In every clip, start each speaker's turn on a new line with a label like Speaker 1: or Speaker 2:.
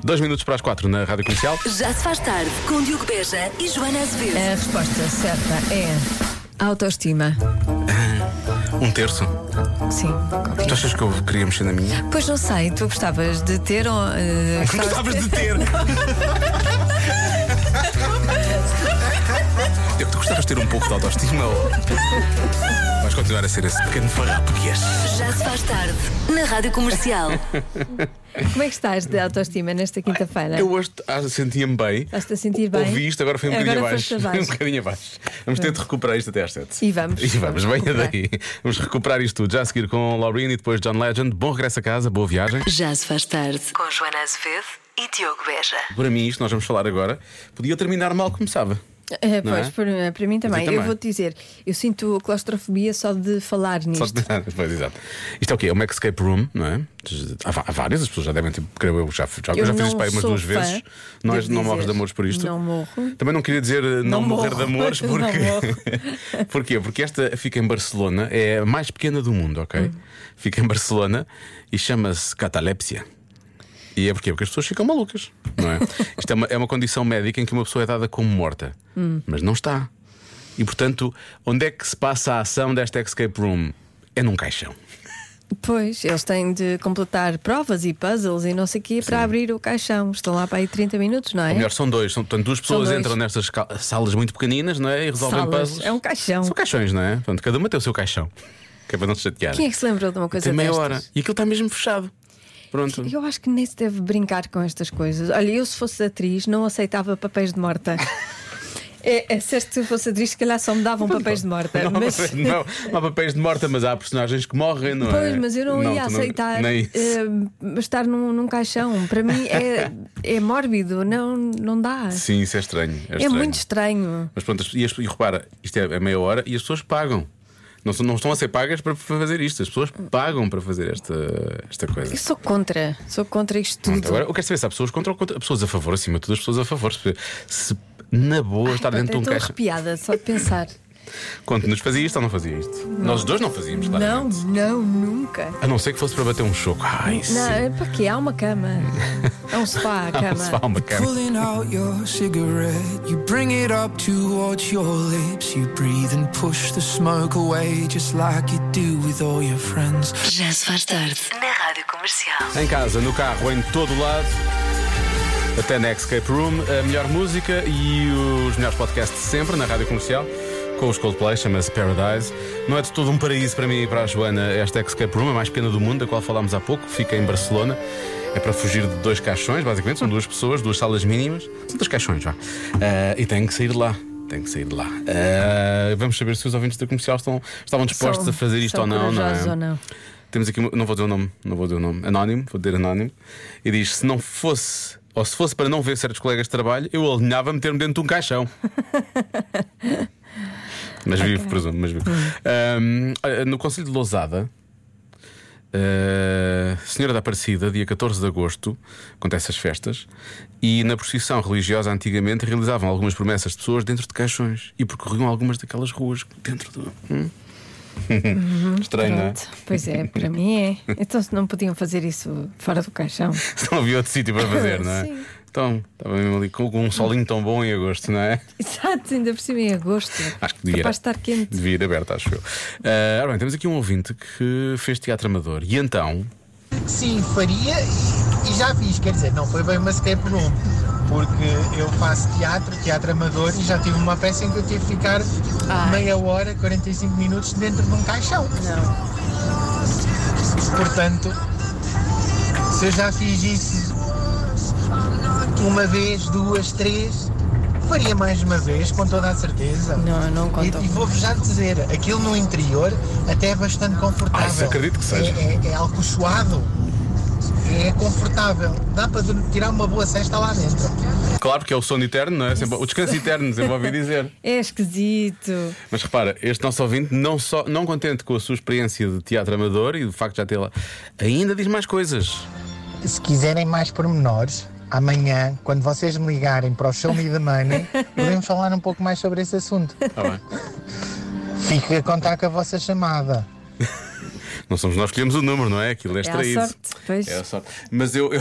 Speaker 1: Dois minutos para as quatro na Rádio Comercial.
Speaker 2: Já se faz tarde com Diogo Beja e Joana Azevedo.
Speaker 3: A resposta certa é autoestima.
Speaker 1: Um terço.
Speaker 3: Sim. qualquer.
Speaker 1: Tu achas que eu queria mexer na minha?
Speaker 3: Pois não sei, tu gostavas de ter ou. eh,
Speaker 1: Gostavas de ter! Eu tu gostavas de ter um pouco de autoestima ou. Vais continuar a ser esse pequeno farrapo que és.
Speaker 2: Já se faz tarde na Rádio Comercial.
Speaker 3: Como é que estás de autoestima nesta quinta-feira?
Speaker 1: Eu hoje ah, sentia-me bem.
Speaker 3: Estás-te a sentir bem?
Speaker 1: Ouvi isto, agora foi um bocadinho
Speaker 3: Agora
Speaker 1: abaixo.
Speaker 3: foste
Speaker 1: Um
Speaker 3: abaixo.
Speaker 1: bocadinho abaixo. Vamos ter de recuperar isto até às sete.
Speaker 3: E vamos.
Speaker 1: E vamos,
Speaker 3: Vamos
Speaker 1: venha
Speaker 3: recuperar.
Speaker 1: daí. Vamos recuperar isto tudo. Já a seguir com Laurine e depois John Legend. Bom regresso a casa, boa viagem.
Speaker 2: Já se faz tarde.
Speaker 4: com Joana Azevedo e Diogo Beja.
Speaker 1: Para mim, isto nós vamos falar agora, podia terminar mal que começava.
Speaker 3: Eh,
Speaker 1: Não é?
Speaker 3: pois, por- eh, para mim também.
Speaker 1: também.
Speaker 3: Eu vou te dizer, eu sinto claustrofobia só de falar
Speaker 1: Só
Speaker 3: nisto.
Speaker 1: de... pois, exato. Isto é o quê? É uma escape room, não é? Há, va- há várias, as pessoas já devem ter. creio Eu já, já, eu já fiz
Speaker 3: não
Speaker 1: isto para aí umas
Speaker 3: sou
Speaker 1: duas
Speaker 3: fã,
Speaker 1: vezes. Não, és-
Speaker 3: devo
Speaker 1: não morres de
Speaker 3: dizer.
Speaker 1: amores por isto.
Speaker 3: Não morro.
Speaker 1: Também não queria dizer eh, não,
Speaker 3: Não
Speaker 1: morrer de
Speaker 3: morro.
Speaker 1: amores,
Speaker 3: Não
Speaker 1: porque.
Speaker 3: morro.
Speaker 1: Porquê? Porque esta fica em Barcelona, é a mais pequena do mundo, ok?
Speaker 3: Hum.
Speaker 1: Fica em Barcelona e chama-se catalepsia. E é porquê? Porque as pessoas ficam malucas, não é? Isto é uma, é uma condição médica em que uma pessoa é dada como morta,
Speaker 3: Hum.
Speaker 1: mas não está. E portanto, onde é que se passa a ação desta escape room? É num caixão.
Speaker 3: Pois, eles têm de completar provas e puzzles e não sei o quê para abrir o caixão. Estão lá para aí 30 minutos, não é?
Speaker 1: Ou melhor, são dois. São, portanto, duas pessoas
Speaker 3: dois.
Speaker 1: entram nestas ca- salas muito pequeninas, não é? E resolvem
Speaker 3: Salas.
Speaker 1: puzzles.
Speaker 3: É um caixão.
Speaker 1: São caixões, não é? Portanto, cada uma tem o seu caixão. Que é para não se chatear.
Speaker 3: Quem é que se lembrou de uma coisa
Speaker 1: tem meia
Speaker 3: destas?
Speaker 1: hora. E aquilo está mesmo fechado. Pronto.
Speaker 3: Eu acho que nem se deve brincar com estas coisas. Olha, eu se fosse atriz não aceitava papéis de morta. É, é certo que se fosse atriz, se calhar só me davam papéis de morta.
Speaker 1: Não, há
Speaker 3: mas...
Speaker 1: papéis- não, não há papéis de morta, mas há personagens que morrem, não é?
Speaker 3: Pois, mas eu não, ia
Speaker 1: tu
Speaker 3: aceitar
Speaker 1: nem isso.
Speaker 3: eh, estar num, num caixão. Para mim é, é mórbido, não, não dá.
Speaker 1: Sim, isso é estranho. É,
Speaker 3: é
Speaker 1: estranho.
Speaker 3: muito estranho.
Speaker 1: Mas pronto, as- e, as- e repara, isto é a meia hora e as pessoas pagam. Não, são- não estão a ser pagas para fazer isto. As pessoas pagam para fazer esta, esta coisa.
Speaker 3: Eu sou contra, sou contra isto
Speaker 1: Pronto,
Speaker 3: tudo.
Speaker 1: agora eu quero saber se há pessoas contra ou contra. Pessoas a favor, acima de tudo, as pessoas a favor. Se, se na boa
Speaker 3: Ai,
Speaker 1: estar
Speaker 3: pronto,
Speaker 1: dentro de um
Speaker 3: eu estou
Speaker 1: caixa.
Speaker 3: arrepiada só de pensar.
Speaker 1: Conte-nos, fazia isto ou não fazia isto? Nós os dois não fazíamos,
Speaker 3: não,
Speaker 1: claramente.
Speaker 3: não, nunca.
Speaker 1: A não ser que fosse para bater um choco. Ai, sim.
Speaker 3: Não, é para quê? Há uma cama. Há um sofá, a
Speaker 1: Não
Speaker 3: cama.
Speaker 1: se fala uma cama.
Speaker 5: Pulling out your cigarette, you bring it up towards your lips. You breathe and push the smoke away, just like you do with all your friends.
Speaker 2: Já se faz tarde.
Speaker 4: Na Rádio Comercial.
Speaker 1: Em casa, no carro, em todo lado. Até na Escape Room, a melhor música e os melhores podcasts de sempre na rádio comercial. Com os Coldplay, chama-se Paradise. Não é de todo um paraíso para mim e para a Joana esta Escape Room, a mais pequena do mundo, da qual falámos há pouco, fica em Barcelona. É para fugir de dois caixões, basicamente, são duas pessoas, duas salas mínimas. São dois caixões, vá. Ah, e tem que sair de lá. Tem que sair de lá. Ah, vamos saber se os ouvintes da comercial estão, estavam dispostos
Speaker 3: São-
Speaker 1: a fazer isto
Speaker 3: são
Speaker 1: ou não, não
Speaker 3: corajosos
Speaker 1: é?
Speaker 3: ou não.
Speaker 1: Temos aqui, uma- não vou dizer o nome, não vou dizer o nome, anónimo, vou dizer anónimo, e diz: se não fosse, ou se fosse para não ver certos colegas de trabalho, eu alinhava meter-me dentro de um caixão. mas vivo, presumo, mas vivo. Ahm, ah, no Conselho de Lousada. ah, Senhora da Aparecida, dia 14 de agosto, acontecem essas festas, e na procissão religiosa antigamente realizavam algumas promessas de pessoas dentro de caixões e percorriam algumas daquelas ruas dentro do. Hum? Estranho, não é?
Speaker 3: Pronto. Pois é, para mim é. Então se não podiam fazer isso fora do caixão.
Speaker 1: Se não havia outro sítio para fazer, não é?
Speaker 3: Sim.
Speaker 1: Então, estava mesmo ali com um solinho tão bom em agosto, não é?
Speaker 3: Exato, ainda por cima em agosto.
Speaker 1: Acho que devia.
Speaker 3: Capaz de estar quente.
Speaker 1: Devia ir aberto, acho eu. Ah, ora bem, temos aqui um ouvinte que fez teatro amador e então.
Speaker 6: Sim, faria e- e já fiz. Quer dizer, não foi bem uma escape room, porque eu faço teatro, teatro amador, e já tive uma peça em que eu tive que ficar meia hora, 45 minutos dentro de um caixão. Portanto, se eu já fiz isso uma vez, duas, três, faria mais uma vez, com toda a certeza.
Speaker 3: Não, não
Speaker 6: E,
Speaker 3: contam.
Speaker 6: e vou-vos já dizer, aquilo no interior até é bastante confortável.
Speaker 1: Ah, isso acredito que seja.
Speaker 6: É, é, é alcochoado. É confortável. Dá para dur- tirar uma boa cesta lá dentro.
Speaker 1: Claro que é o sono eterno, não é? Sempre- o descanso eterno, sempre ouvi dizer.
Speaker 3: É esquisito.
Speaker 1: Mas repara, este nosso ouvinte, não, só, não contente com a sua experiência de teatro amador e do facto de já ter lá, ainda diz mais coisas.
Speaker 6: Se quiserem mais pormenores, amanhã, quando vocês me ligarem para o Show Me the Money, podemos falar um pouco mais sobre
Speaker 1: Tá
Speaker 6: esse assunto.
Speaker 1: Está bem.
Speaker 6: Fico a contar com a vossa chamada.
Speaker 1: Não somos nós que escolhemos o número, não é? Aquilo é
Speaker 3: à
Speaker 1: extraído.
Speaker 3: sorte, pois.
Speaker 1: É à sorte. Mas eu, eu,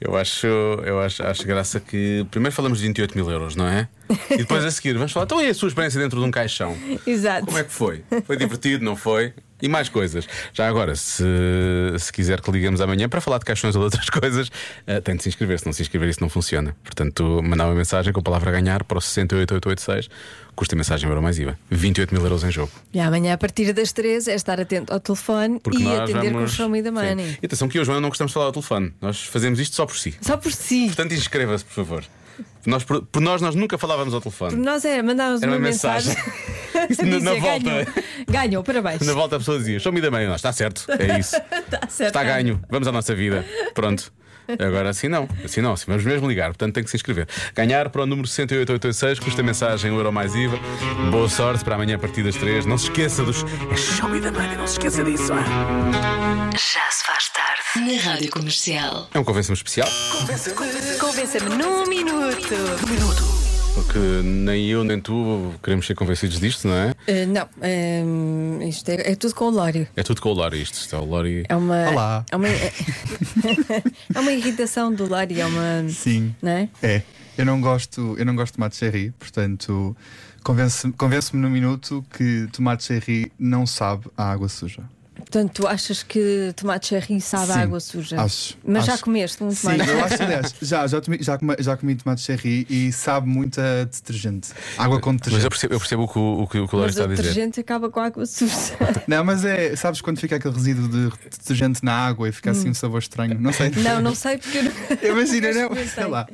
Speaker 1: eu acho, eu acho, acho graça que primeiro falamos de 28 mil euros, não é? E depois a seguir vamos falar. Então e a sua experiência dentro de um caixão?
Speaker 3: Exato.
Speaker 1: Como é que foi? Foi divertido, não foi? E mais coisas. Já agora, se, se quiser que ligamos amanhã para falar de caixões ou de outras coisas, eh, tem de se inscrever. Se não se inscrever, isso não funciona. Portanto, mandar uma mensagem com a palavra ganhar para o 68886. Custa a mensagem euro mais IVA. 28 mil euros em jogo.
Speaker 3: E amanhã, a partir das três, é estar atento ao telefone
Speaker 1: Porque
Speaker 3: e
Speaker 1: nós
Speaker 3: atender
Speaker 1: vamos...
Speaker 3: com o show me the money.
Speaker 1: Sim. E atenção que eu, Joana, não gostamos de falar ao telefone. Nós fazemos isto só por si.
Speaker 3: Só por si.
Speaker 1: Portanto, inscreva-se, por favor. Nós, por, por nós, nós nunca falávamos ao telefone.
Speaker 3: Nós era mandarmos
Speaker 1: Era
Speaker 3: uma,
Speaker 1: uma
Speaker 3: mensagem.
Speaker 1: Isso na- na volta.
Speaker 3: Ganhou, ganhou parabéns.
Speaker 1: Na volta a pessoa dizia: Show me da mãe, nós está certo, é isso.
Speaker 3: Está certo.
Speaker 1: Está ganho, vamos à nossa vida. Pronto. Agora assim não, assim não, assim vamos mesmo ligar, portanto tem que se inscrever. Ganhar para o número 68886, custa a mensagem um euro mais IVA. Boa sorte para amanhã a partir das 3. Não se esqueça dos. É show me the money, não se esqueça disso. ah.
Speaker 4: Já se faz tarde.
Speaker 2: Na Rádio Comercial.
Speaker 1: É um convenção especial,
Speaker 3: Convença-me num minuto.
Speaker 1: porque nem eu nem tu queremos ser convencidos disto, não é?
Speaker 3: Eh, não, ehm, isto é, é tudo com o Lório.
Speaker 1: É tudo com o Lori isto, está o Lori.
Speaker 3: É uma,
Speaker 7: Olá.
Speaker 3: É uma, é, é uma irritação do Lório, é uma.
Speaker 7: Sim.
Speaker 3: Não é?
Speaker 7: É. Eu não gosto, eu não gosto de tomate cherry, portanto, convence- convence-me num minuto que tomate cherry não sabe a água suja.
Speaker 3: Portanto, tu achas que tomate cherry sabe a
Speaker 7: Sim,
Speaker 3: água suja?
Speaker 7: acho,
Speaker 3: Mas já
Speaker 7: acho.
Speaker 3: comeste um
Speaker 7: Sim,
Speaker 3: tomate.
Speaker 7: eu acho, aliás, já, já, comi, já, comi, já comi tomate cherry e sabe muito a detergente. Água com
Speaker 1: Mas
Speaker 7: detergente.
Speaker 1: eu percebo, eu percebo o que o, o, que o Lori
Speaker 3: Mas é
Speaker 1: está
Speaker 3: um o
Speaker 1: a dizer.
Speaker 3: detergente acaba com a água suja.
Speaker 7: Não, mas é, sabes quando fica aquele resíduo de detergente na água e fica assim um sabor estranho? Não sei.
Speaker 3: Hum. não, não sei porque eu não.
Speaker 7: Imagina,
Speaker 3: nunca
Speaker 7: não, sei
Speaker 3: experimentei.
Speaker 7: lá.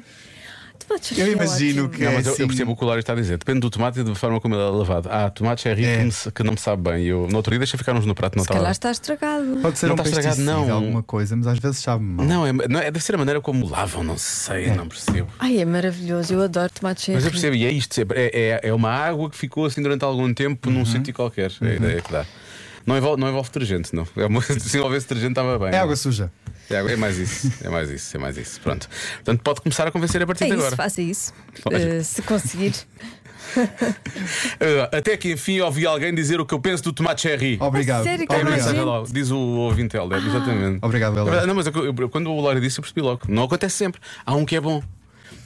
Speaker 3: Tomate cherry
Speaker 7: Eu
Speaker 3: é
Speaker 7: imagino
Speaker 3: ótimo.
Speaker 7: que
Speaker 1: Não,
Speaker 7: é
Speaker 1: mas eu-
Speaker 7: assim,
Speaker 1: eu percebo o que o Lório está a dizer. Depende do tomate e da forma como ele é lavado. Há tomate cherry
Speaker 7: É.
Speaker 1: que, me se- que não me sabe bem. Eu, no outro dia, deixei ficar uns no prato, não
Speaker 3: Se calhar
Speaker 1: estava.
Speaker 3: está estragado.
Speaker 7: Pode ser
Speaker 1: Não
Speaker 7: um
Speaker 1: está estragado,
Speaker 7: pesticida,
Speaker 1: não.
Speaker 7: alguma coisa, mas às vezes sabe mal.
Speaker 1: Não, é, não é, deve ser a maneira como lavam, não sei, não percebo.
Speaker 3: Ai, é maravilhoso, eu adoro tomate cherry.
Speaker 1: Mas eu percebo, e é isto. É, é, é uma água que ficou assim durante algum tempo num sítio qualquer. É a ideia que dá. Não envolve, não envolve detergente, não. É uma- se envolvesse detergente, estava bem.
Speaker 7: É água suja.
Speaker 1: É água- é mais isso, é mais isso, é mais isso. Pronto. Portanto, pode começar a convencer a partir
Speaker 3: É
Speaker 1: de
Speaker 3: isso,
Speaker 1: agora.
Speaker 3: faça isso.
Speaker 1: Olha.
Speaker 3: Eh, se conseguir.
Speaker 1: Eh, Até que enfim ouvi alguém dizer o que eu penso do tomate cherry.
Speaker 7: Obrigado.
Speaker 3: sério que é
Speaker 1: Obrigado.
Speaker 3: mais
Speaker 7: Obrigado. Ah,
Speaker 3: gente?
Speaker 1: Logo, Diz o ouvinte Helder, exatamente.
Speaker 7: Obrigado, Helder.
Speaker 1: É verdade, Não, mas eu- eu- quando o Lória disse, eu percebi logo. Não acontece sempre. Há um que é bom,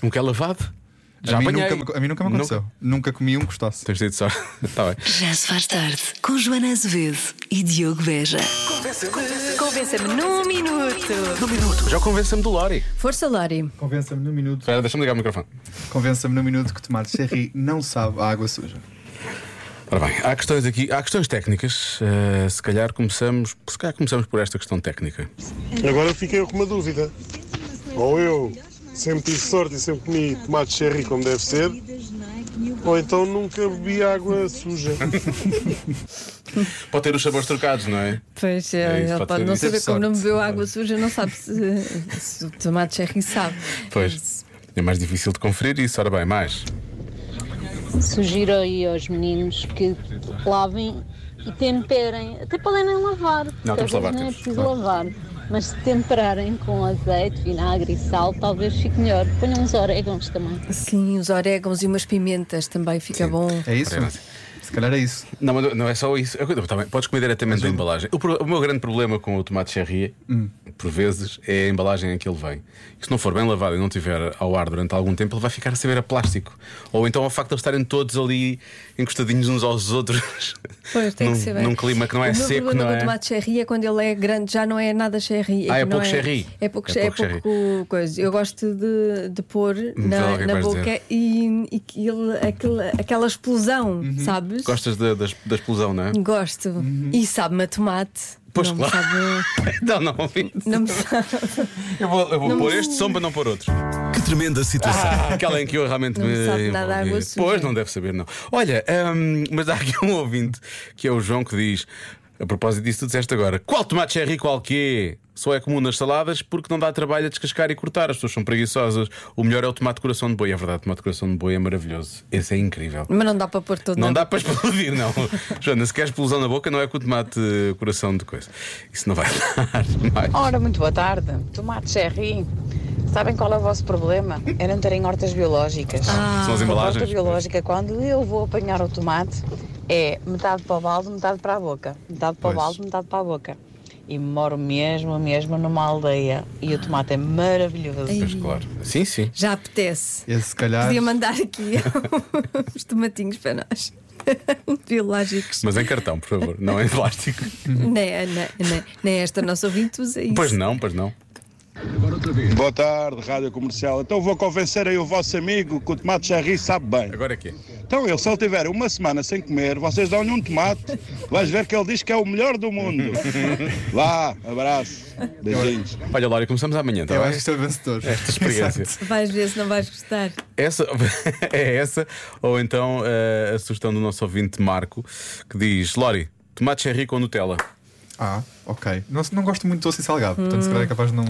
Speaker 1: um que é lavado. Já
Speaker 7: a, mim
Speaker 1: apanhei.
Speaker 7: nunca, me- a mim nunca me aconteceu. Nunca, comi um que gostasse.
Speaker 1: Tens tido sorte. Está bem.
Speaker 2: Já se faz tarde. Com Joana Azevedo e Diogo Beja.
Speaker 3: Convença-me num minuto.
Speaker 1: Já convencemos do Lória.
Speaker 3: Força, Lori.
Speaker 7: Convença-me no minuto.
Speaker 1: Espera, deixa-me ligar o microfone.
Speaker 7: Convença-me no minuto que tomate cherry não sabe a água suja.
Speaker 1: Ora bem, há questões aqui, há questões técnicas. Eh, se calhar começamos, se calhar começamos por esta questão técnica.
Speaker 8: Agora fiquei com uma dúvida. Ou eu sempre tive sorte e sempre comi tomate cherry como deve ser, ou então nunca bebi água suja.
Speaker 1: Pode ter os sabores trocados, não é?
Speaker 3: Pois,
Speaker 1: É
Speaker 3: é,
Speaker 1: isso,
Speaker 3: ele
Speaker 1: pode
Speaker 3: pode
Speaker 1: ser
Speaker 3: não
Speaker 1: isso.
Speaker 3: saber
Speaker 7: Teve
Speaker 3: como não
Speaker 7: sorte.
Speaker 3: bebeu água suja, não sabe se, se o tomate é cherry sabe.
Speaker 1: Pois. É mais difícil de conferir isso. Ora bem, mais.
Speaker 9: Sugiro aí aos meninos que lavem e temperem. Até podem nem lavar.
Speaker 1: Não, temos
Speaker 9: talvez
Speaker 1: de lavar,
Speaker 9: não é
Speaker 1: temos,
Speaker 9: preciso
Speaker 1: claro.
Speaker 9: lavar. Mas se temperarem com azeite, vinagre e sal, talvez fique melhor. Ponham uns orégãos também.
Speaker 3: Sim, os orégãos e umas pimentas também fica bom.
Speaker 7: É isso?
Speaker 1: Obrigado.
Speaker 7: Se calhar é isso.
Speaker 1: Não, mas não é só isso. Eu- eu- também, podes comer diretamente da embalagem. O, pro- o meu grande problema com o tomate cherry, por vezes, é a embalagem em que ele vem. Se não for bem lavado e não tiver ao ar durante algum tempo, ele vai ficar a saber a plástico. Ou então ao facto de eles estarem todos ali encostadinhos uns aos outros.
Speaker 3: Pois, tem
Speaker 1: num,
Speaker 3: que ser bem.
Speaker 1: Num clima que não é
Speaker 3: o meu
Speaker 1: seco,
Speaker 3: problema
Speaker 1: não
Speaker 3: com
Speaker 1: é?
Speaker 3: o tomate cherry é quando ele é grande, já não é nada cherry.
Speaker 1: Ah, é
Speaker 3: que não
Speaker 1: pouco cherry.
Speaker 3: É pouco,
Speaker 1: É
Speaker 3: che- é
Speaker 1: pouco cherry.
Speaker 3: pouco coisa. Eu gosto de, de pôr
Speaker 1: lá
Speaker 3: na,
Speaker 1: o que é que
Speaker 3: na
Speaker 1: vais
Speaker 3: boca
Speaker 1: dizer.
Speaker 3: e, e que ele- aquele- aquela explosão,
Speaker 1: Uhum.
Speaker 3: sabes?
Speaker 1: Gostas da, das- da explosão, não é?
Speaker 3: Gosto. E sabe-me a tomate.
Speaker 1: Pois,
Speaker 3: não
Speaker 1: claro.
Speaker 3: me
Speaker 1: Então, não, não, ouvi.
Speaker 3: sabe. Não me sabe.
Speaker 1: eu vou, eu vou pôr este som para não pôr outro.
Speaker 10: Que tremenda situação.
Speaker 1: Ah, aquela em que eu realmente
Speaker 3: Não
Speaker 1: me.
Speaker 3: sabe nada a
Speaker 1: envolvi.
Speaker 3: água suja.
Speaker 1: Pois, não deve saber, não. Olha, hum, mas há aqui um ouvinte que é o João que diz: a propósito disso, tu disseste agora, qual tomate cherry qual quê? Só é comum nas saladas porque não dá trabalho a descascar e cortar. As pessoas são preguiçosas. O melhor é o tomate de coração de boi. É verdade, o tomate de coração de boi é maravilhoso. Esse é incrível.
Speaker 3: Mas não dá para pôr todo
Speaker 1: Não
Speaker 3: na
Speaker 1: dá para explodir, não. Joana, se queres explosão na boca, não é com o tomate eh, coração de coisa. Isso não vai dar mais.
Speaker 11: Ora, muito boa tarde. Tomate cherry. Sabem qual é o vosso problema? É não terem hortas biológicas.
Speaker 1: São as
Speaker 11: Com a
Speaker 1: embalagens.
Speaker 11: é horta biológica, quando eu vou apanhar o tomate, É metade para o balde, metade para a boca. Metade para
Speaker 7: Pois.
Speaker 11: o balde, metade para a boca. E moro mesmo, mesmo numa aldeia. E o tomate é maravilhoso.
Speaker 1: Pois claro. Sim, sim.
Speaker 3: Já apetece.
Speaker 7: Esse, se calhar.
Speaker 3: Podia mandar aqui os tomatinhos para nós. Biológicos. Né,
Speaker 1: Mas em cartão, por favor, não em plástico.
Speaker 3: Nem, nem, nem, nem esta nossa ouvinte usa isso.
Speaker 1: Uhum. Pois não, pois não.
Speaker 10: Boa tarde, Rádio Comercial. Então vou convencer aí o vosso amigo que o tomate cherry sabe bem.
Speaker 1: Agora é quê?
Speaker 10: Então ele, se ele tiver uma semana sem comer, vocês dão-lhe um tomate, vais ver que ele diz que é o melhor do mundo. Vá, abraço, beijinhos.
Speaker 1: Olha, Laura, começamos amanhã, tá
Speaker 7: Eu
Speaker 1: bem?
Speaker 7: acho que isto é vencedor.
Speaker 1: Esta experiência.
Speaker 3: Vais ver se não vais gostar.
Speaker 1: Essa, é essa, ou então eh, a sugestão do nosso ouvinte Marco, que diz: Lori, tomate cherry com Nutella.
Speaker 7: Ah, ok. Não, não gosto muito de doce e salgado, portanto, se calhar é
Speaker 3: Hum.
Speaker 7: capaz de não.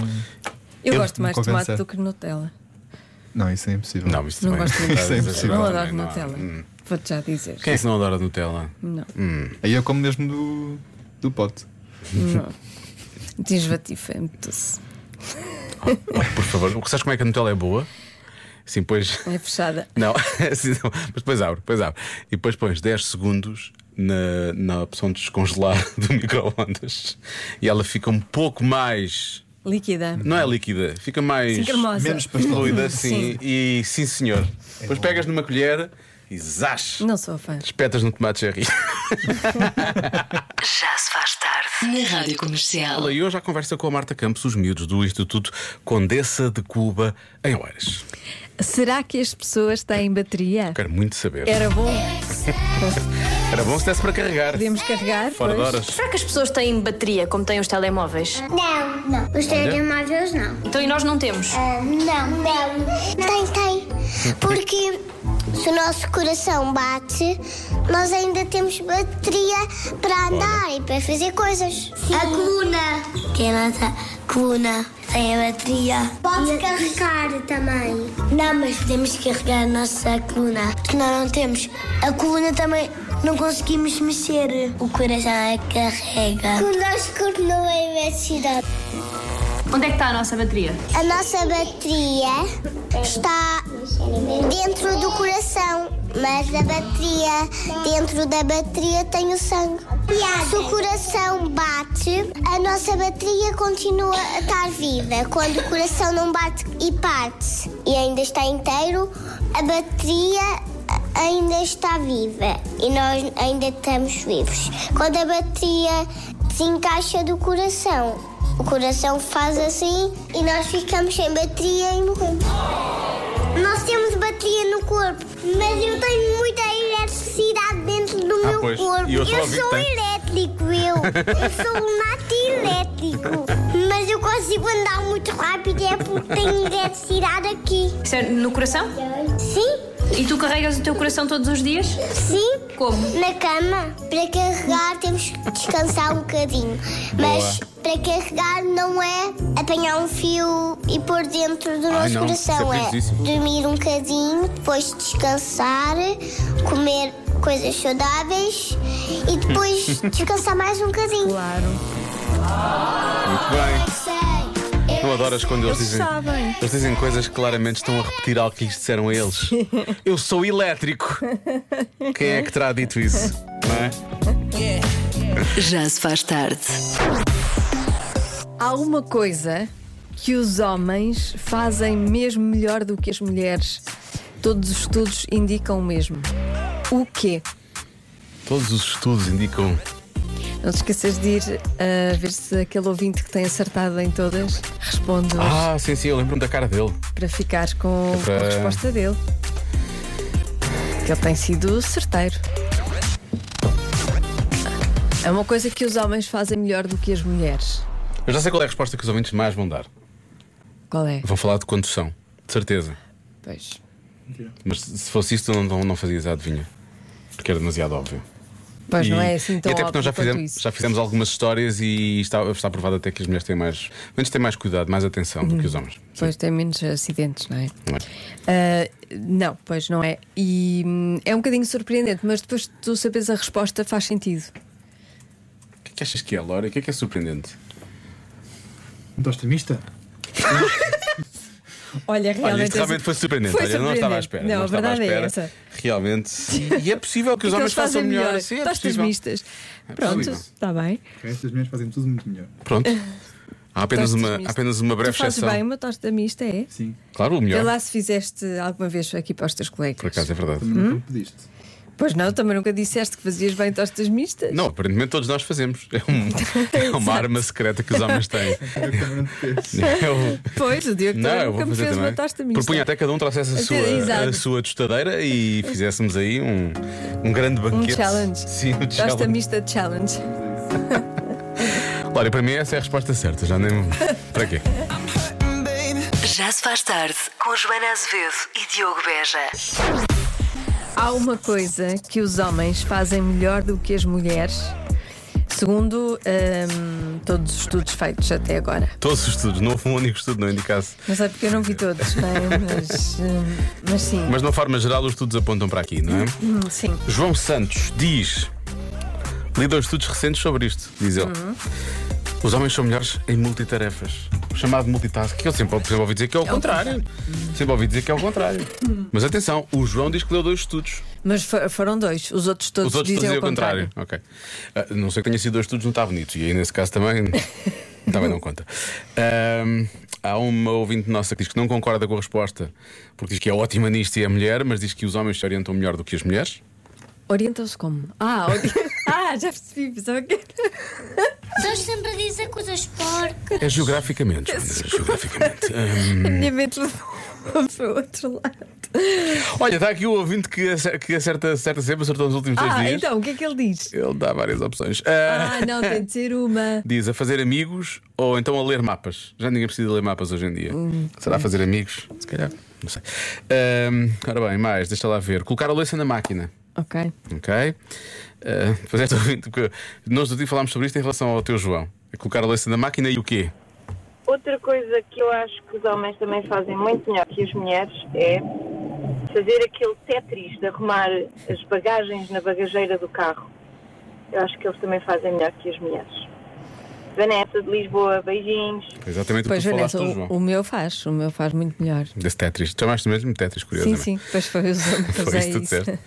Speaker 3: Eu,
Speaker 7: Eu
Speaker 3: gosto mais de
Speaker 7: me
Speaker 3: tomate
Speaker 7: convencer.
Speaker 3: do que de Nutella.
Speaker 7: Não, isso é impossível.
Speaker 1: Não, isto
Speaker 3: Não
Speaker 1: também-
Speaker 3: gosto muito.
Speaker 7: Isso é
Speaker 1: Isso
Speaker 7: impossível.
Speaker 3: não
Speaker 1: também
Speaker 3: adoro
Speaker 1: não há.
Speaker 3: Nutella.
Speaker 1: Hum.
Speaker 3: Vou-te já dizer.
Speaker 1: Quem é que não adora Nutella?
Speaker 3: Não.
Speaker 7: Aí eu como mesmo do, do pote.
Speaker 3: Desvatifa, é muito doce.
Speaker 1: Por favor, sabes como é que a Nutella é boa? Assim, pois.
Speaker 3: É fechada.
Speaker 1: Não, assim não, mas depois abre, depois abre. E depois pões 10 segundos na, na opção de descongelar do micro-ondas e ela fica um pouco mais.
Speaker 3: Líquida.
Speaker 1: Não é líquida, fica mais.
Speaker 3: Sim, cremosa.
Speaker 7: Menos pastel.
Speaker 1: fluida, sim. E sim, senhor. depois pegas numa colher e zás.
Speaker 3: Não sou fã.
Speaker 1: Espetas no tomate cherry.
Speaker 4: Já se faz tarde.
Speaker 2: Na Rádio Comercial.
Speaker 1: E hoje à conversa com a Marta Campos, os miúdos do Instituto Condessa de Cuba, em Oeiras.
Speaker 3: Será que as pessoas têm bateria?
Speaker 1: Quero muito saber.
Speaker 3: Era bom,
Speaker 1: Era bom se desse para carregar.
Speaker 3: podemos carregar.
Speaker 1: Fora de
Speaker 3: pois.
Speaker 1: horas.
Speaker 12: Será que as pessoas têm bateria como têm os telemóveis?
Speaker 13: Não, não. Os telemóveis não.
Speaker 12: Então e nós não temos?
Speaker 13: Ah, não, não. Tem, tem. Porque se o nosso coração bate, nós ainda temos bateria para andar e para fazer coisas. A coluna. Que é a nossa coluna. Tem a bateria. Pode carregar também. Não, mas podemos carregar a nossa coluna. Porque nós não temos. A coluna também não conseguimos mexer. O coração é que carrega. Conosco não é mexida.
Speaker 12: Onde é que está a nossa bateria?
Speaker 13: A nossa bateria está dentro do coração, mas a bateria, dentro da bateria tem o sangue. Se o coração bate, a nossa bateria continua a estar viva. Quando o coração não bate e parte e ainda está inteiro, a bateria ainda está viva e nós ainda estamos vivos. Quando a bateria se encaixa do coração, o coração faz assim e nós ficamos sem bateria e morremos. Nós temos bateria no corpo, mas eu tenho muita eletricidade dentro do
Speaker 1: Ah,
Speaker 13: meu
Speaker 1: pois.
Speaker 13: corpo.
Speaker 1: E
Speaker 13: Eu
Speaker 1: outro ouvinte
Speaker 13: sou
Speaker 1: tem.
Speaker 13: elétrico, eu. Eu sou um nato elétrico. Mas eu consigo andar muito rápido, é porque tenho eletricidade aqui.
Speaker 12: Isso é no coração?
Speaker 13: Sim,
Speaker 12: E tu carregas o teu coração todos os dias?
Speaker 13: sim.
Speaker 12: Como?
Speaker 13: Na cama, para carregar temos que descansar um bocadinho. Mas para carregar não é apanhar um fio e pôr dentro do
Speaker 1: Ai,
Speaker 13: nosso
Speaker 1: não, isso é
Speaker 13: coração.
Speaker 1: perigosíssimo.
Speaker 13: dormir um bocadinho, depois descansar, comer coisas saudáveis e depois descansar mais um bocadinho.
Speaker 3: Claro.
Speaker 1: Muito bem. Não adoras quando eles dizem.
Speaker 3: sabem.
Speaker 1: Eles dizem coisas que claramente estão a repetir algo que lhes disseram a eles. Eu sou elétrico. Quem é que terá dito isso? Não é?
Speaker 2: Já se faz tarde.
Speaker 3: Há uma coisa que os homens fazem mesmo melhor do que as mulheres. Todos os estudos indicam o mesmo. O quê?
Speaker 1: Todos os estudos indicam.
Speaker 3: Não te esqueças de ir a ver se aquele ouvinte que tem acertado em todas responde hoje
Speaker 1: Ah, sim, sim, eu lembro-me da cara dele.
Speaker 3: para ficar com
Speaker 1: É para-
Speaker 3: a resposta dele. Que ele tem sido certeiro. É uma coisa que os homens fazem melhor do que as mulheres.
Speaker 1: Eu já sei qual é a resposta que os ouvintes mais vão dar.
Speaker 3: Qual é?
Speaker 1: Vão falar de condução, de certeza.
Speaker 3: Pois.
Speaker 1: Mas se fosse isso, não, não, não fazias a adivinha. Porque era demasiado óbvio.
Speaker 3: Pois
Speaker 1: E-
Speaker 3: não é assim tão
Speaker 1: e até porque
Speaker 3: óbvio
Speaker 1: nós já
Speaker 3: quanto
Speaker 1: fizemos,
Speaker 3: isso.
Speaker 1: já fizemos algumas histórias e está, está provado até que as mulheres têm mais. Antes têm mais cuidado, mais atenção do que os homens.
Speaker 3: Hum. Pois tem menos acidentes, não é?
Speaker 1: Não é?
Speaker 3: Ah, não, pois não é. E hum, é um bocadinho surpreendente, mas depois de tu sabes a resposta faz sentido.
Speaker 1: O que é que achas que é, Laura? O que é que é surpreendente?
Speaker 14: Muito otimista?
Speaker 3: Olha,
Speaker 1: Olha,
Speaker 3: realmente. é
Speaker 1: isto realmente foi surpreendente.
Speaker 3: Foi
Speaker 1: Olha, eu não estava à
Speaker 3: surpreendente.
Speaker 1: espera.
Speaker 3: Não, a
Speaker 1: estava à
Speaker 3: verdade é
Speaker 1: espera.
Speaker 3: essa.
Speaker 1: Realmente. E- E é possível que os
Speaker 3: Porque
Speaker 1: homens
Speaker 3: eles fazem
Speaker 1: façam melhor. Sim, é
Speaker 3: Tostas
Speaker 1: possível.
Speaker 3: mistas.
Speaker 1: É
Speaker 3: Pronto,
Speaker 1: possível.
Speaker 3: está bem.
Speaker 7: Estas mulheres fazem tudo muito melhor.
Speaker 1: Pronto. Há apenas,
Speaker 3: Tostas
Speaker 1: uma,
Speaker 3: mistas.
Speaker 1: há apenas uma breve
Speaker 3: tu fazes
Speaker 1: exceção.
Speaker 3: bem uma tosta mista, é?
Speaker 7: Sim.
Speaker 1: Claro, o
Speaker 3: Vê
Speaker 1: melhor.
Speaker 3: lá se fizeste alguma vez aqui para os teus colegas.
Speaker 1: Por acaso é verdade.
Speaker 3: Hum? Pois não, também nunca disseste que fazias bem tostas mistas.
Speaker 1: Não, aparentemente todos nós fazemos. É, um- é uma arma secreta que os homens têm. Eu-
Speaker 3: Pois, o Diogo
Speaker 1: Não,
Speaker 3: também
Speaker 1: eu
Speaker 3: nunca
Speaker 1: vou
Speaker 3: me
Speaker 1: fazer
Speaker 3: Então, fez
Speaker 1: também.
Speaker 3: uma tosta mista.
Speaker 1: Propunha até que cada um trouxesse a
Speaker 3: Até-
Speaker 1: sua,
Speaker 3: exato.
Speaker 1: a sua tostadeira e fizéssemos aí um, um grande
Speaker 3: Um
Speaker 1: banquete.
Speaker 3: challenge.
Speaker 1: Sim, um
Speaker 3: Tosta
Speaker 1: challenge.
Speaker 3: mista challenge.
Speaker 1: Olha, para mim essa é a resposta certa. Já nem. Para quê?
Speaker 4: Já se faz tarde com Joana Azevedo e Diogo Beja.
Speaker 3: Há uma coisa que os homens fazem melhor do que as mulheres, segundo hum, todos os estudos feitos até agora.
Speaker 1: Todos os estudos, não houve um único estudo não indicasse.
Speaker 3: Não sei porque eu não vi todos, bem, mas, hum, mas sim.
Speaker 1: Mas de uma forma geral, os estudos apontam para aqui, não é?
Speaker 3: Hum, sim.
Speaker 1: João Santos diz. Li dois estudos recentes sobre isto, diz ele.
Speaker 3: Hum.
Speaker 1: Os homens são melhores em multitarefas. O chamado multitask, que eu sempre, sempre ouvi dizer que é o contrário. Sempre ouvi dizer que é o contrário. Mas atenção, o João diz que leu dois estudos.
Speaker 3: Mas fo- foram dois, os outros todos
Speaker 1: Os outros
Speaker 3: dizem
Speaker 1: todos
Speaker 3: o contrário.
Speaker 1: Ok. Ah, não sei que tenha sido dois estudos, não está bonito. E aí, nesse caso, também, também não conta. Ahm, há uma ouvinte nossa que diz que não concorda com a resposta, porque diz que é ótima nisto e é mulher, mas diz que os homens se orientam melhor do que as mulheres.
Speaker 3: Orientam-se como? Ah, ori- ah, já percebi, pensava que
Speaker 13: Nós sempre dizem coisas porcas.
Speaker 1: É geograficamente, Joana, geograficamente. Ahm,
Speaker 3: a minha mente levou para o outro lado.
Speaker 1: olha, está aqui o ouvinte que acerta, que acerta, acerta sempre, acertou nos últimos três
Speaker 3: Ah,
Speaker 1: dias.
Speaker 3: então, o que é que ele diz?
Speaker 1: Ele dá várias opções. Ah,
Speaker 3: Ah, não, tem de ser uma.
Speaker 1: Diz a fazer amigos ou então a ler mapas. Já ninguém precisa ler mapas hoje em dia.
Speaker 3: Hum.
Speaker 1: Será fazer amigos? Se calhar. Não sei. Ahm, ora bem, mais, deixa lá ver. Colocar a louça na máquina.
Speaker 3: Ok.
Speaker 1: Ok? Ah, Depois esta ouvinte, porque nós do dia falámos sobre isto em relação ao teu João. É colocar a louça na máquina e o quê?
Speaker 14: Outra coisa que eu acho que os homens também fazem muito melhor que as mulheres é fazer aquele Tetris de arrumar as bagagens na bagageira do carro. Eu acho que eles também fazem melhor que as mulheres. Vanessa de Lisboa, beijinhos.
Speaker 1: Exatamente
Speaker 3: Pois,
Speaker 1: o que tu falaste
Speaker 3: Vanessa,
Speaker 1: do João.
Speaker 3: o, o meu faz, o meu faz muito melhor.
Speaker 1: Desse Tetris. Tu chamaste mesmo Tetris,
Speaker 3: Sim,
Speaker 1: curiosamente.
Speaker 3: sim, é depois foi os homens
Speaker 1: Foi
Speaker 3: fazer
Speaker 1: isso que tu disseste.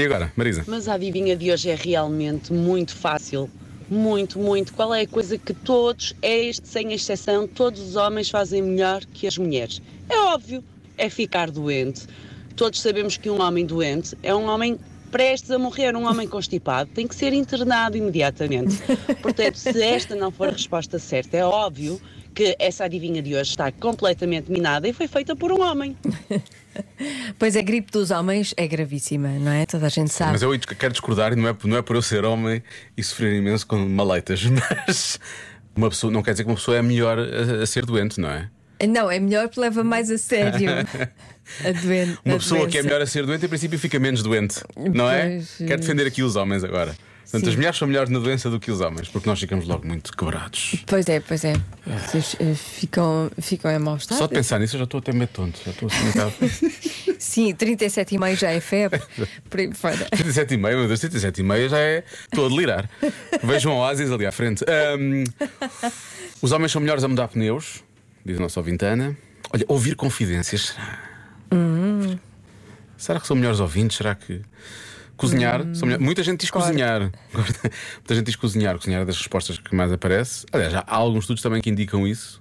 Speaker 1: E agora, Marisa?
Speaker 15: Mas a adivinha de hoje é realmente muito fácil. Muito, muito. Qual é a coisa que todos, é este sem exceção, todos os homens fazem melhor que as mulheres? É óbvio, é ficar doente. Todos sabemos que um homem doente é um homem prestes a morrer, um homem constipado. Tem que ser internado imediatamente. Portanto, se esta não for a resposta certa, é óbvio que essa adivinha de hoje está completamente minada e foi feita por um homem.
Speaker 3: Pois a gripe dos homens é gravíssima, não é? Toda a gente sabe.
Speaker 1: Mas eu aí quero discordar e não é, não é por eu ser homem e sofrer imenso com maleitas, mas uma pessoa não quer dizer que uma pessoa é melhor a, a ser doente, não é?
Speaker 3: Não, é melhor que leva mais a sério a doente.
Speaker 1: uma
Speaker 3: a
Speaker 1: pessoa que é
Speaker 3: doença.
Speaker 1: melhor a ser doente, em princípio, fica menos doente, não é?
Speaker 3: Pois,
Speaker 1: Quero defender aqui os homens agora. Portanto,
Speaker 3: Sim.
Speaker 1: as mulheres são melhores na doença do que os homens, porque nós ficamos logo muito quebrados.
Speaker 3: Pois é, pois é. Vocês eh, ficam, ficam em mau estado.
Speaker 1: Só de pensar nisso eu já estou até meio tonto. Já estou assim, um bocado-
Speaker 3: Sim, 37,5 já é febre. Por aí fora.
Speaker 1: 37 e meio, meu Deus, 37 e meio já é. Estou a delirar. Vejam o Oasis ali à frente. Ahm, os homens são melhores a mudar pneus, diz a nossa ouvinte Ana. Olha, ouvir confidências.
Speaker 3: Hum.
Speaker 1: Será que são melhores ouvintes? Será que. Cozinhar,
Speaker 3: Hum.
Speaker 1: são melhor- muita gente diz cozinhar. muita gente diz cozinhar. Cozinhar é das respostas que mais aparece. Aliás, já há alguns estudos também que indicam isso.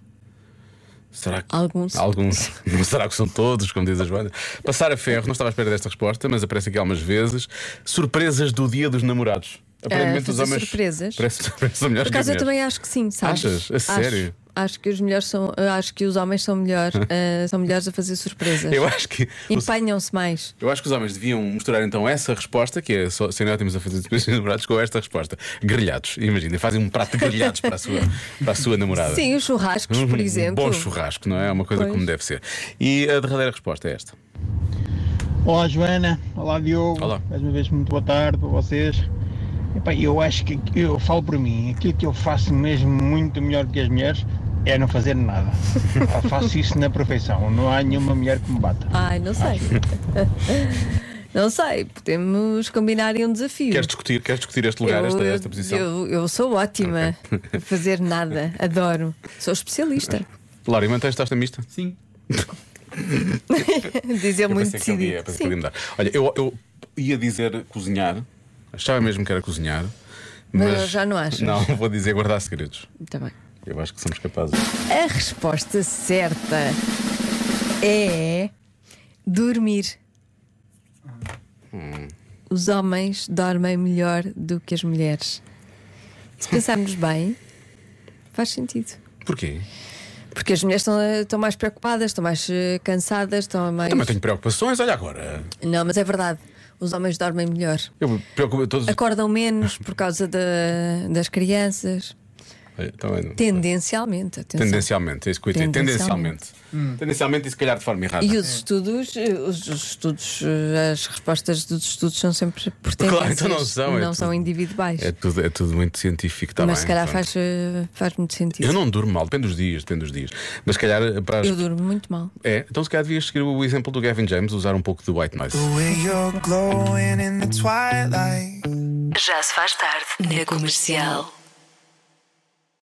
Speaker 1: Será que.
Speaker 3: Alguns.
Speaker 1: Alguns. Não será que são todos, como diz a Joana? Passar a ferro, não estava à espera desta resposta, mas aparece aqui algumas vezes. Surpresas do dia dos namorados.
Speaker 3: Ah, fazer surpresas?
Speaker 1: Parece, parece são melhores
Speaker 3: Por acaso
Speaker 1: que
Speaker 3: eu
Speaker 1: as mulheres.
Speaker 3: também acho que sim, sabes?
Speaker 1: Achas? A
Speaker 3: Acho-
Speaker 1: sério?
Speaker 3: Acho que os melhores são, eu acho que os homens são melhores, eh, são melhores a fazer surpresas.
Speaker 1: Eu acho que. os-
Speaker 3: Empenham-se mais.
Speaker 1: Eu acho que os homens deviam misturar então essa resposta, que é só serem ótimos a fazer surpresas namorados, com esta resposta. Grelhados. Imagina, fazem um prato de grelhados para a sua, para a sua namorada.
Speaker 3: Sim, os churrascos,
Speaker 1: Um
Speaker 3: por exemplo.
Speaker 1: Bom churrasco, não é? É Uma coisa
Speaker 3: Pois.
Speaker 1: como deve ser. E a derradeira resposta é esta.
Speaker 16: Olá Joana, olá Diogo,
Speaker 1: Olá.
Speaker 16: mais uma vez muito boa tarde para vocês. Epá, eu acho que eu falo por mim, aquilo que eu faço mesmo muito melhor que as mulheres é não fazer nada. Epá, faço isso na perfeição, não há nenhuma mulher que me bata.
Speaker 3: Ai, não sei. não sei, podemos combinar aí um desafio.
Speaker 1: Queres discutir? Queres discutir este lugar, esta, esta posição?
Speaker 3: Eu, eu sou ótima a fazer nada, adoro. Sou especialista.
Speaker 1: Laura, mantens-te esta mista? Sim.
Speaker 3: Dizer
Speaker 1: Eu
Speaker 3: muito
Speaker 1: pensei que ele ia,
Speaker 3: decidido.
Speaker 1: pensei que ele ia mudar. Olha, eu, eu ia dizer cozinhar, achava mesmo que era cozinhar,
Speaker 3: Mas
Speaker 1: mas.
Speaker 3: já não achas?
Speaker 1: Não, vou dizer guardar segredos.
Speaker 3: Tá bem.
Speaker 1: Eu acho que somos capazes.
Speaker 3: A resposta certa é dormir.
Speaker 1: Hum.
Speaker 3: Os homens dormem melhor do que as mulheres. Se pensarmos bem, faz sentido.
Speaker 1: Porquê?
Speaker 3: Porque as mulheres estão, eh, estão mais preocupadas, estão mais eh, cansadas, estão mais.
Speaker 1: Também tenho preocupações, olha agora.
Speaker 3: Não, mas é verdade. Os homens dormem melhor.
Speaker 1: Eu me preocupo todos.
Speaker 3: Acordam menos por causa da- das crianças.
Speaker 1: Olha, também não.
Speaker 3: Tendencialmente, atenção.
Speaker 1: Tendencialmente, é isso que eu ia dizer.
Speaker 3: Tendencialmente.
Speaker 1: Tendencialmente. Tendencialmente e se calhar de forma errada.
Speaker 3: E os estudos, eh, os os estudos, eh, as respostas dos estudos são sempre por
Speaker 1: Claro,
Speaker 3: tendências,
Speaker 1: então não são, é
Speaker 3: não
Speaker 1: tudo-
Speaker 3: são individuais.
Speaker 1: É tudo, é tudo muito científico também.
Speaker 3: Mas se calhar
Speaker 1: pronto.
Speaker 3: faz, eh, faz muito sentido.
Speaker 1: Eu não durmo mal, depende dos dias, depende dos dias. Mas se calhar eh, para as...
Speaker 3: Eu durmo muito mal.
Speaker 1: É, então se calhar devias seguir o exemplo do Gavin James, usar um pouco de white noise.
Speaker 5: The way you're glowing in the twilight.
Speaker 4: Já se faz tarde na comercial.